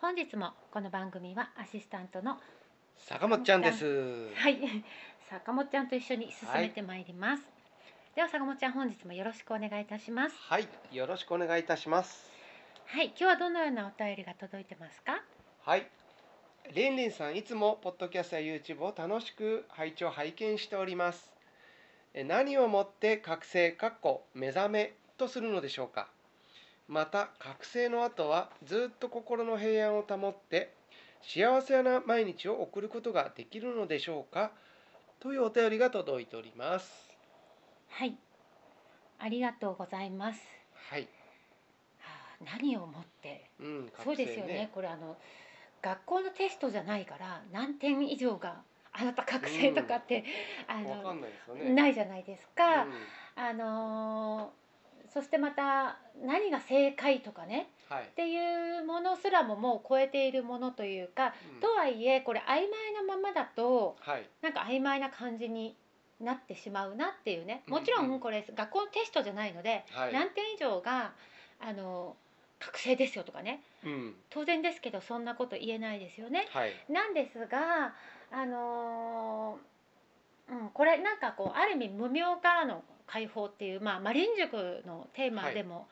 本日もこの番組はアシスタントの坂本ちゃんです。はい、 坂本ちゃんと一緒に進めてまいります。では坂本ちゃん本日もよろしくお願いいたします。はい、よろしくお願いいたします。はい、今日はどのようなお便りが届いてますか？はい、りんりんさんいつもポッドキャストや YouTube を楽しく拝聴拝見しております。え何をもって覚醒（かっこ目覚め）とするのでしょうか。また覚醒の後はずっと心の平安を保って幸せな毎日を送ることができるのでしょうか。というお便りが届いております。はい、ありがとうございます。はい、はあ何をもってうん、そうですよねこれあの学校のテストじゃないから何点以上があなた覚醒とかって、あわかのんないですよね。ないじゃないですか、うんあのーそしてまた何が正解とかねはいっ。ていうものすらももう超えているものというか、うんとはいえこれ曖昧なままだとはい。なんか曖昧な感じになってしまうなっていうねもちろうんうんんこれ学校のテストじゃないので、はい。何点以上があの覚醒ですよとかねうん。当然ですけどそんなこと言えないですよね。はい。なんですが、あのーうん、これなんかこうある意味無明からの解放っていう、まあ、マリン塾のテーマでも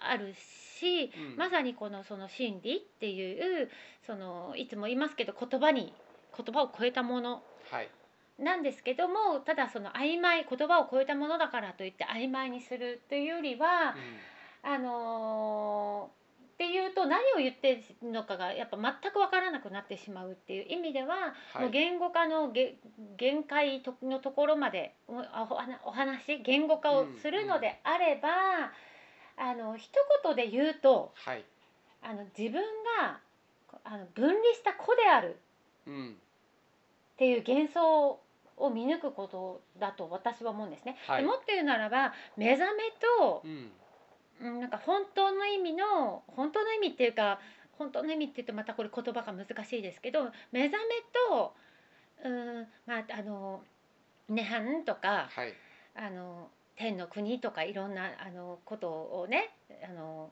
あるし、うんまさにこのその心理っていうそのいつも言いますけど言葉に言葉を超えたものはい。なんですけどもただその曖昧言葉を超えたものだからといって曖昧にするというよりは、あのーっていうと何を言ってるのかがやっぱ全く分からなくなってしまうっていう意味では、はいもう言語化のげ限界とのところまでおあお話お話言語化をするのであれば、あの一言で言うとはい。あの自分がこあの分離した子であるうん。っていう幻想を見抜くことだと私は思うんですね。はい。もっと言うならば目覚めとうん。うん、なんか本当の意味の本当の意味っていうか本当の意味って言うとまたこれ言葉が難しいですけど目覚めとうんまああの涅槃とかはい。あの天の国とかいろんなあのことをねあの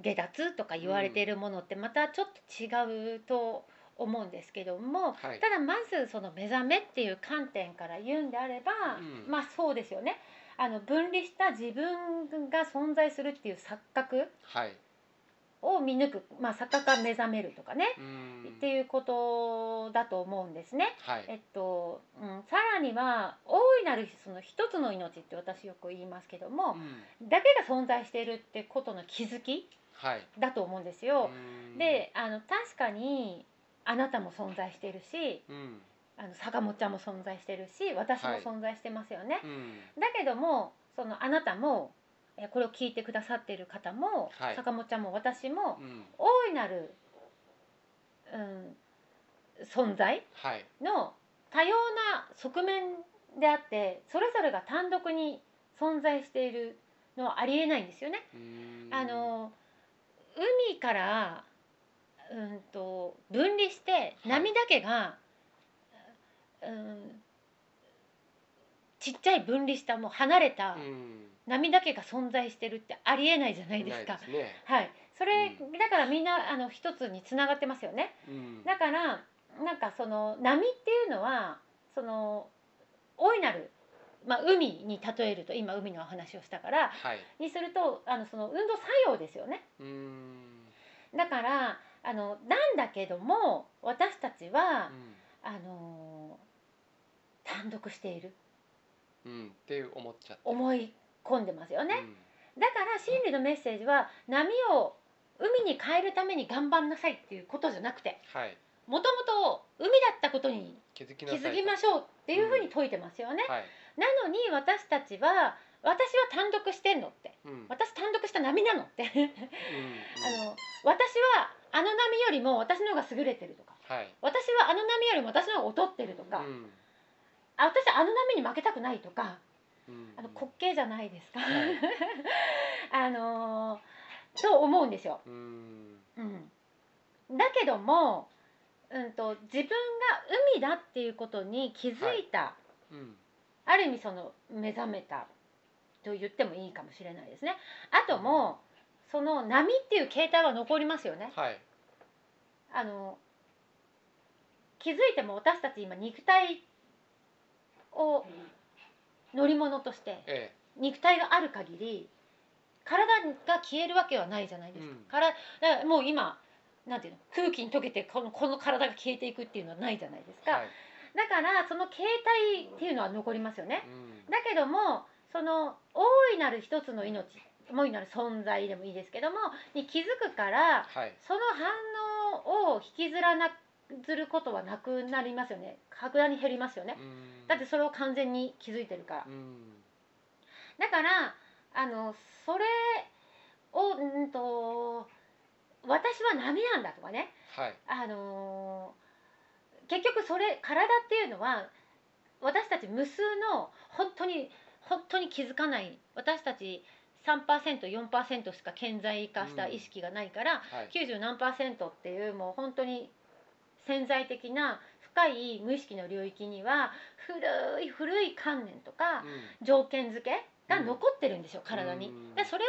下脱とか言われているものってまたちょっと違うと思うんですけども、はいただまずその目覚めっていう観点から言うんであれば、うんまあそうですよねあの分離した自分が存在するっていう錯覚はい。を見抜く、まあ、錯覚が目覚めるとかね、うんっていうことだと思うんですね。はい。えっとうん、さらには大いなるその一つの命って私よく言いますけどうも、んだけが存在しているってことの気づきはい。だと思うんですよ。うん、であの確かにあなたも存在しているしうん。あの坂本ちゃんも存在してるし私もはい存在してますよね。うん。だけどもそのあなたもえこれを聞いてくださっている方も、はい坂本ちゃんも私もうん。大いなる、うん、存在はい。の多様な側面であってそれぞれが単独に存在しているのはありえないんですよね。うんあ、の海からうんと分離してい波だけがうんちっちゃい分離したもう離れたうん波だけが存在してるってありえないじゃないですか。ないですね。はい、それ、うんだからみんなあの一つにつながってますよね。うんだからなんかその波っていうのはその大いなる、まあ、海に例えると今海のお話をしたからはい。にするとあのその運動作用ですよね。うん。だからあのなんだけども私たちは、あの単独しているうん。うん。って思っちゃって。思い込んでますよね。うん。だから真理のメッセージは波を海に変えるために頑張んなさいっていうことじゃなくてはい。もともと海だったことに気づき気なさいと。づきましょうっていうふうに説いてますよね。はい。なのに私たちは私は単独してんのってうん。うん。私単独した波なのって あうんの私はあの波よりも私の方が優れてるとかはい。私はあの波よりも私の方が劣ってるとか、うん。あ私はあの波に負けたくないとかうんあの滑稽じゃないですか、はい あのーと思うんですよ。うん。うん、だけども、うん、と自分が海だっていうことに気づいた、うん。ある意味その目覚めたと言ってもいいかもしれないですね。あともその波っていう形態は残りますよね。はい。あの気づいても私たち今肉体を乗り物としてえ肉体がある限り体が消えるわけはないじゃないですか,、うんからだからもう今なんていうの空気に溶けてこのこの体が消えていくっていうのはないじゃないですえ。か、はい。だからその形態っていうのは残りますよねうん。だけどもその大いなる一つの命大いなる存在でもいいですけどもに気づくからはい。その反応を引きずらなずることはなくなりますよね格段に減りますよねうんだって。それを完全に気づいてるからうん。だからあのそれをうんと私は波なんだとかねはい。あのー結局それ体っていうのは私たち無数の本当に本当に気づかない私たち 3%4% しか顕在化した意識がないから、はい。 90何パーセントっていうもう本当に潜在的な深い無意識の領域には古い古い観念とか、うん条件付けが残ってるんですよ、体にうん。でそれを、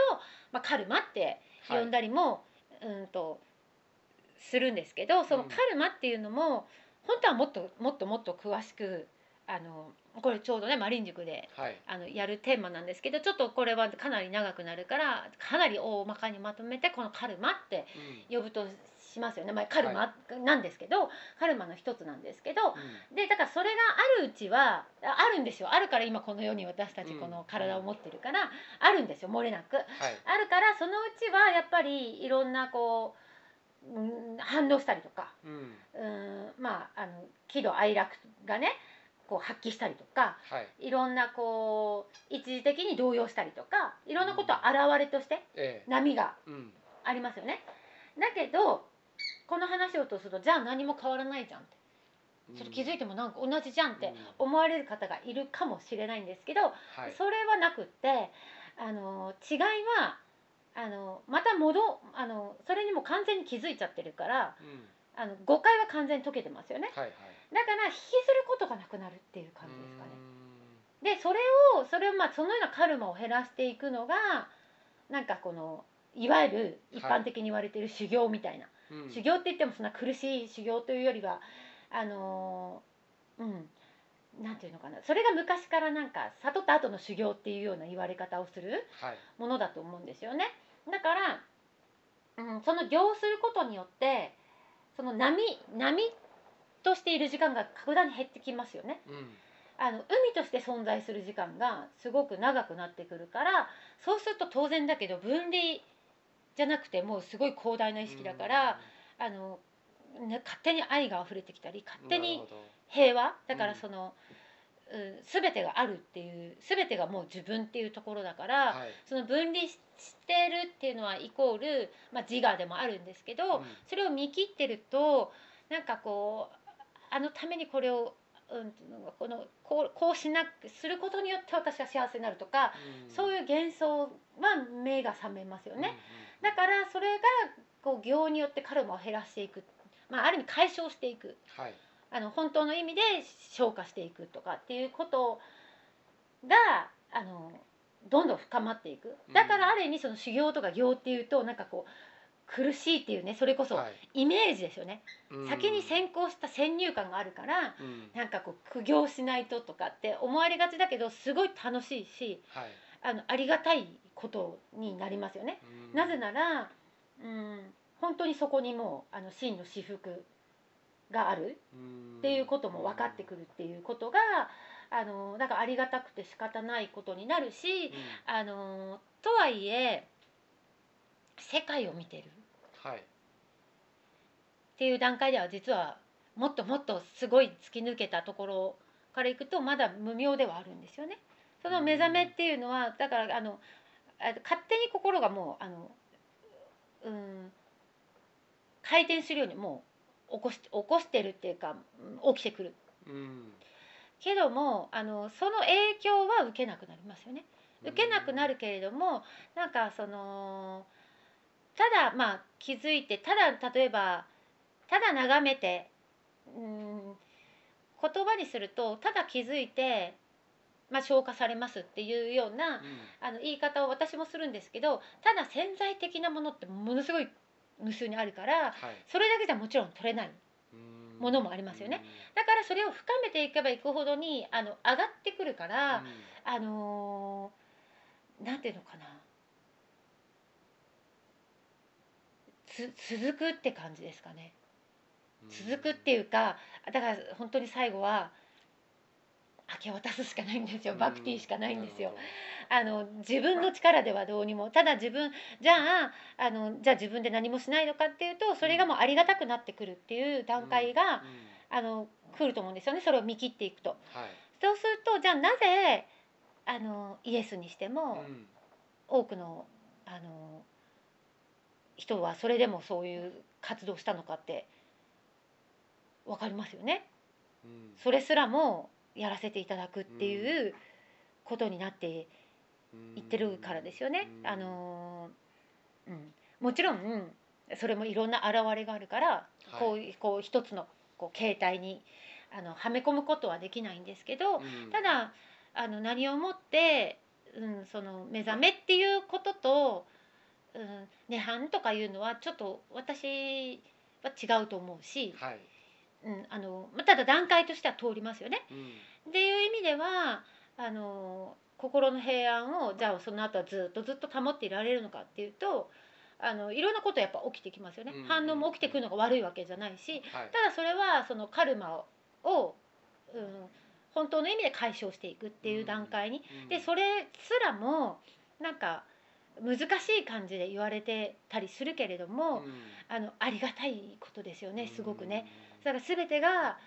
まあ、カルマってはい呼んだりも、うんとするんですけどそのうんカルマっていうのも本当はもっともっともっと詳しくあのこれちょうどねマリン塾ではい。あのやるテーマなんですけどちょっとこれはかなり長くなるからかなり大まかにまとめてこのカルマってうん。呼ぶとしますよね、まあ、カルマなんですけど、カルマの一つなんですけど、うんでだからそれがあるうちはああるんですよあるから今この世に私たちうんこの体を持ってるから、あるんですよ漏れなくはい。あるからそのうちはやっぱりいろんなこう、うん、反応したりとかうん。うんまああの喜怒哀楽がねこう発揮したりとかはい。いろんなこう一時的に動揺したりとかいろんなことを表れとしてええ。波がうん。ありますよね。だけどこの話をとするとじゃあ何も変わらないじゃんってそれ気づいててもなんか同じじゃんってうん思われる方がいるかもしれないんですけど、はい。それはなくってあの違いはあのまた戻あのそれにも完全に気づいちゃってるからうん。あの誤解は完全に解けてますよねはい。はい。だから引きずることがなくなるっていう感じですかね。でそれをそれをまあそのようなカルマを減らしていくのがなんかこのいわゆる一般的に言われてる修行みたいな。うーん。うん修行って言ってもそんな苦しい修行というよりはあのーうんなんていうのかなそれが昔からなんか悟った後の修行っていうような言われ方をするはい。ものだと思うんですよね。だから、うん、その行することによってその波波としている時間が格段に減ってきますよね。うん。あの海として存在する時間がすごく長くなってくるからそうすると当然だけど分離じゃなくてもうすごい広大な意識だから。あの、ね、勝手に愛が溢れてきたり勝うん、手なにるほ平和だかうらんその、うん、全てがあるっていう全てがもう自分っていうところだから、どはい。その分離ししてるっていうのはイコール、まあ、自我でもあるんですけど、うんそれを見切ってるとなんかこうあのためにこれを、うん、このこうこうしなくすることによって私は幸せになるとか、そういいう幻想は目が覚めますようね。んうんだからそれがこう行によってカルマを減らしていく、まあ、ある意味解消していくはい。あの本当の意味で昇華していくとかっていうことがあのどんどん深まっていくだからある意味その修行とか行っていうとなんかこう苦しいっていうねそれこそはいイメージですよね、うん先に先行した先入観があるからうんなんかこう苦行しないととかって思われがちだけどすごい楽しいしはいあのありがたいことになりますよね。うんなぜなら、うん、本当にそこにもうあの真の私服があるうんっていうことも分かってくるっていうことがあのだからありがたくて仕方ないことになるうしんあのとはいえ世界を見てるっはいていう段階では実はもっともっとすごい突き抜けたところからいくとまだ無名ではあるんですよね。その目覚めっていうのはだからあのあ勝手に心がもうあのうん回転するようにもう起こし起こしてるっていうかうん起きてくるうんけどもあのその影響は受けなくなりますよね。受けなくなるけれどもなんかそのただまあ気づいてただ例えばただ眺めてうん言葉にするとただ気づいて、まあ、消化されますっていうようなうんあの言い方を私もするんですけどただ潜在的なものってものすごい無数にあるからはいそれだけじゃもちろん取れないうんものもありますよねだからそれを深めていけばいくほどにあの上がってくるかうんら、うんあのーなんていうのかなつ続くって感じですかね続くっていうかだから本当に最後は明け渡すしかないんですよバクティしかないんですよ。あの自分の力ではどうにもただ自分じゃああのじゃあ自分で何もしないのかっていうとそれがもうありがたくなってくるっていう段階うが、んあの来ると思うんですよねそれを見切っていくと。はいそうするとじゃあなぜあのイエスにしても、うん多くのあの人はそれでもそういう活動をしたのかってわかりますよね。うんそれすらもやらせていただくっていうことになっていってるからですよね。うんあのうん、もちろんそれもいろんな表れがあるからはいこういこう一つのこう形態にあのはめ込むことはできないんですけど、うんただあの何をもって、うん、その目覚めっていうことと、うん、涅槃とかいうのはちょっと私は違うと思うし、はいうん、あのまあただ段階としては通りますよね。うんっていう意味ではあの心の平安をじゃあその後はずっとずっと保っていられるのかっていうとあのいろんなことやっぱ起きてきますよねうんうん。反応も起きてくるのが悪いわけじゃないしはいただそれはそのカルマを、うん、本当の意味で解消していくっていう段階に、うんでそれすらもなんか難しい感じで言われてたりするけれども、うんあのありがたいことですよねすごくね。うだから全てが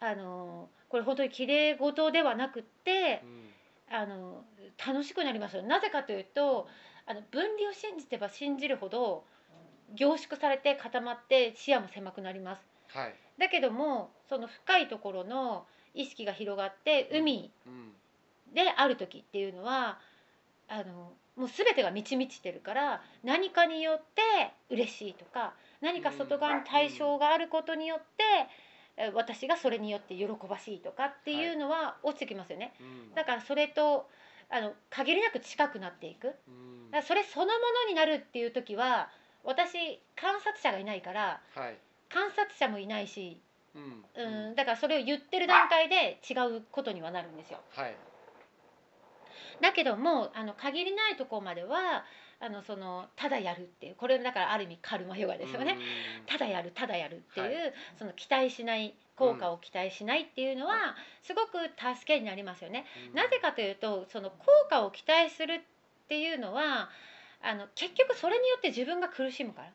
あのこれ本当に綺麗事ではなくってんうんあの楽しくなりますよなぜかというとあの分離を信じてば信じるほど凝縮されて固まって視野も狭くなります。はいだけどもその深いところの意識が広がってうん海うんである時っていうのはあのもう全てが満ち満ちてるから何かによって嬉しいとか何か外側に対象があることによって、え私がそれによって喜ばしいとかっていうのは落ちてきますよね。うんだからそれとあの限りなく近くなっていく。うんだからそれそのものになるっていう時は私観察者がいないからはい観察者もいないしうんううんん、だからそれを言ってる段階で違うことにはなるんですよ。はいだけどもあの限りないところまではあのそのただやるっていうこれだからある意味カルマヨガですよね。うんただやるただやるっていう、はその期待しない効果を期待しないっていうのは、すごく助けになりますよね。うんなぜかというとその効果を期待するっていうのはあの結局それによって自分が苦しむから。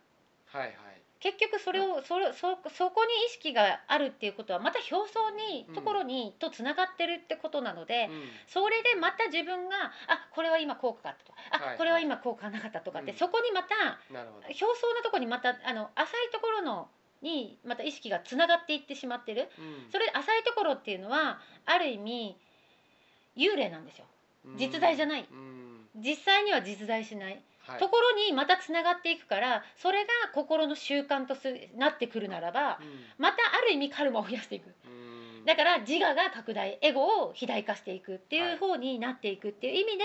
はいはい結局それをそれそそこに意識があるっていうことはまた表層にうんところに、とつながってるってことなので、うんそれでまた自分があこれは今効果があったとかあ、はいこれは今効果がなかったとかって、うんそこにまたなるほど表層のところにまたあの浅いところのにまた意識がつながっていってしまってるうんそれ浅いところっていうのはある意味幽霊なんですようん実在じゃないうん実際には実在しないはいところにまたつながっていくからそれが心の習慣とすなってくるならばうんまたある意味カルマを増やしていくうんうんだから自我が拡大エゴを肥大化していくってはいいう方になっていくっていう意味で、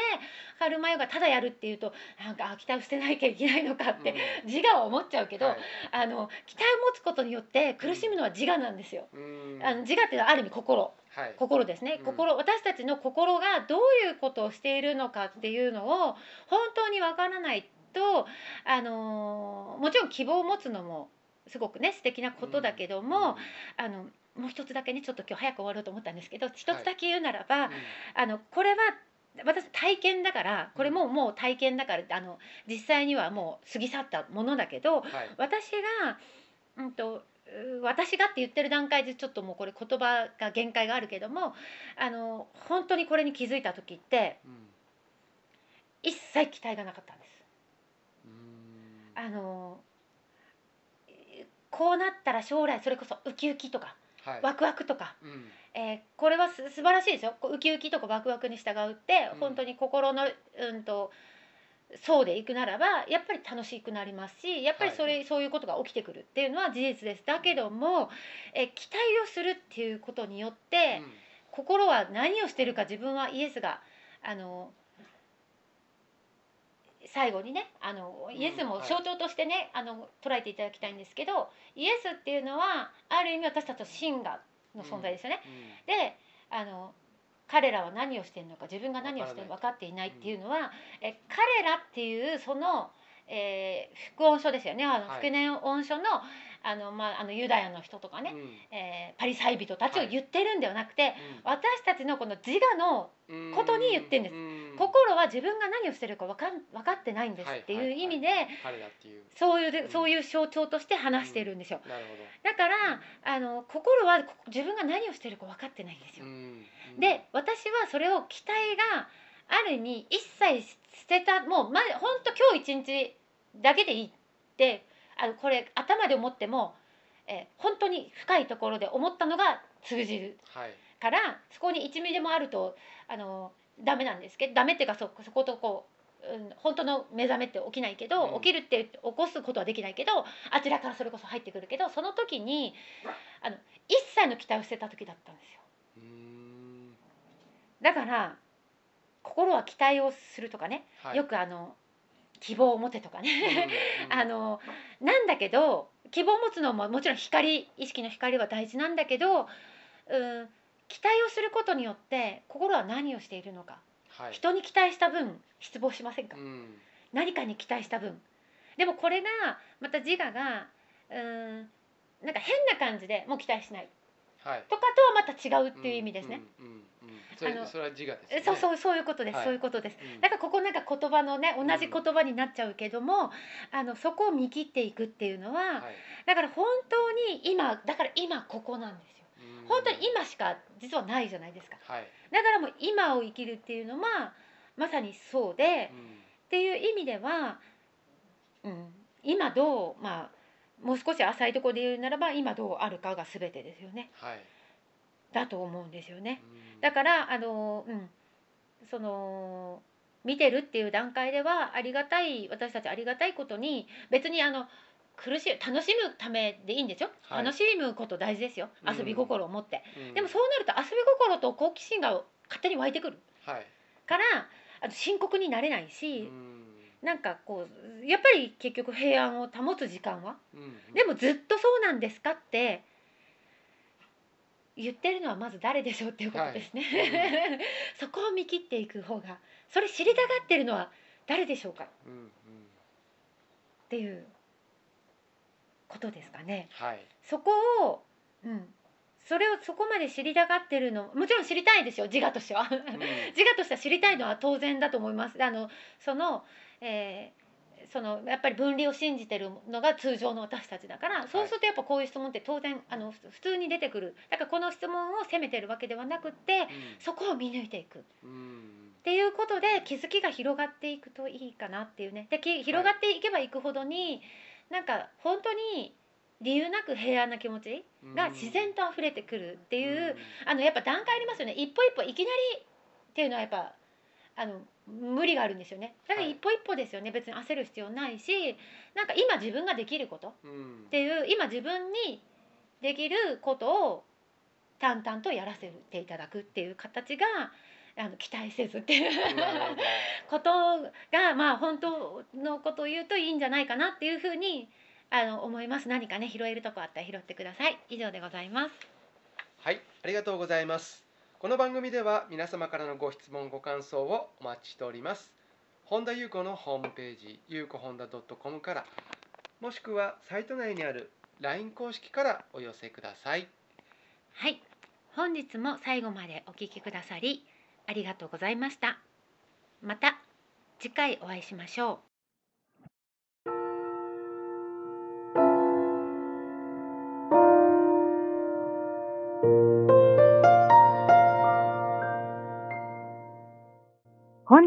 カルマヨがただやるっていうとなんかあ期待を捨てなきゃいけないのかって、う自我は思っちゃうけど、はいあの期待を持つことによって苦しむのは自我なんですよ。うんあの自我っていうのはある意味心はい心ですねうん心私たちの心がどういうことをしているのかっていうのを本当にわからないと、あのーもちろん希望を持つのもすごくね素敵なことだけども、あのもう一つだけねちょっと今日早く終わろうと思ったんですけど一つだけ言うならば、うんあのこれは私体験だからこれももう体験だからあの実際にはもう過ぎ去ったものだけどはい私が、うんとうー私がって言ってる段階でちょっともうこれ言葉が限界があるけどもあの本当にこれに気づいた時ってうん一切期待がなかったんです。うんあのこうなったら将来それこそウキウキとかはいワクワクとかうんえーこれはす素晴らしいですよこうウキウキとかワクワクに従うって、うん本当に心の、うん、とそうでいくならばやっぱり楽しくなりますしやっぱりそれ、そういうことが起きてくるっていうのは事実ですだけども、えー期待をするっていうことによって、うん心は何をしてるか自分はイエスがあの最後にねあのんイエスもはい象徴としてね、あの捉えていただきたいんですけどイエスっていうのはある意味私たちの真我の存在ですよね。うんであの彼らは何をしてるのか自分が何をしてるのわか分かっていないっていうのは、え彼らっていうその、えー副音書ですよねあのはい副年音書のあの、まあ、あのユダヤの人とかね、えーパリサイ人たちを言ってるんではなくて、私たちのこの自我のうんうんことに言ってんですうん心は自分が何をしてるか分かん分かってないんですはいってはいいうはい意味で、彼らっていうそういううでんそういう象徴として話してるんですよ。なるほどだからあの心はこ自分が何をしてるか分かってないんですよ。うんうんで私はそれを期待がある意味一切捨てたもうまほんと今日一日だけでいいってあのこれ頭で思っても、えー本当に深いところで思ったのが通じるはいからそこに1ミリでもあるとあのダメなんですけどダメっていうかそそことこう、うん、本当の目覚めって起きないけど、うん起きるって起こすことはできないけどあちらからそれこそ入ってくるけどその時にあの一切の期待を捨てた時だったんですよ。うんだから心は期待をするとかね、はいよくあの希望を持てとかね、うんうん あのなんだけど希望を持つのももちろん光意識の光は大事なんだけどうん期待をすることによって心は何をしているのか、はい人に期待した分失望しませんか、うん何かに期待した分でもこれがまた自我がうんなんか変な感じでもう期待しないはいとかとはまた違うっていう意味ですね、うんうんうんうんそれあのそれは自我ですえねそうそうそういうことです、はいそういうことですうんだからここなんか言葉のね同じ言葉になっちゃうけども、あのそこを見切っていくっていうのは、はいだから本当に今だから今ここなんですよ。うん本当に今しか実はないじゃないですか。はいだからもう今を生きるっていうのはまさにそうでう、っんていう意味では、うん、今どうまあもう少し浅いところで言うならば今どうあるかが全てですよね。はいだと思うんですよね。うんだからあのうんその見てるっていう段階ではありがたい私たちありがたいことに別にあの苦しい楽しむためでいいんでしょ、はい楽しむこと大事ですようん遊び心を持って、うんでもそうなると遊び心と好奇心が勝手に湧いてくるはいからあの深刻になれないしう、んなんかこうやっぱり結局平安を保つ時間はうんでもずっとそうなんですかって言ってるのはまず誰でしょうっていうことですね、 そこを見切っていく方がそれ知りたがってるのは誰でしょうかっうんうんていうことですかね はいそこをうんそれをそこまで知りたがってるのもちろん知りたいですよ自我としてはうん自我としては知りたいのは当然だと思いますあのその、えーそのやっぱり分離を信じてるのが通常の私たちだから、いそうするとやっぱこういう質問って当然あのふ普通に出てくるだからこの質問を責めてるわけではなくってそこを見抜いていくっうんていうことで気づきが広がっていくといいかなっていうねでき広がっていけばいくほどに、なんか本当に理由なく平安な気持ちうんが自然と溢れてくるっていう、んあのやっぱ段階ありますよね一歩一歩いきなりっていうのはやっぱあの無理があるんですよねだからはい一歩一歩ですよね、別に焦る必要ないしなんか今自分ができることっうんていう今自分にできることを淡々とやらせていただくっていう形があの期待せずっていうなるほどことがまあ本当のことを言うといいんじゃないかなっていうふうにあの思います何かね拾えるとこあったら拾ってください以上でございますはい、ありがとうございます。この番組では皆様からのご質問ご感想をお待ちしております。本田裕子のホームページ、ゆうこ本田 .com から、もしくはサイト内にある LINE 公式からお寄せください。はい本日も最後までお聞きくださりありがとうございましたまた次回お会いしましょう本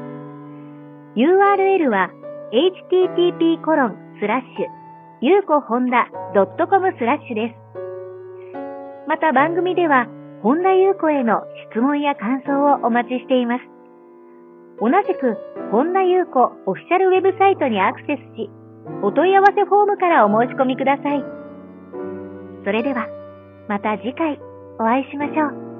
URL は http コロンスラッシュゆうこほんだ .com スラッシュです。また番組では、本田ゆうこへの質問や感想をお待ちしています。同じく、本田ゆうこオフィシャルウェブサイトにアクセスし、お問い合わせフォームからお申し込みください。それでは、また次回お会いしましょう。